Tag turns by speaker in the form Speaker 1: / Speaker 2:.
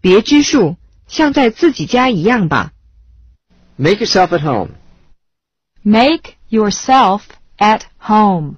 Speaker 1: 别拘束，像在自己家一样吧。
Speaker 2: Make yourself at home.
Speaker 3: Make yourself at home.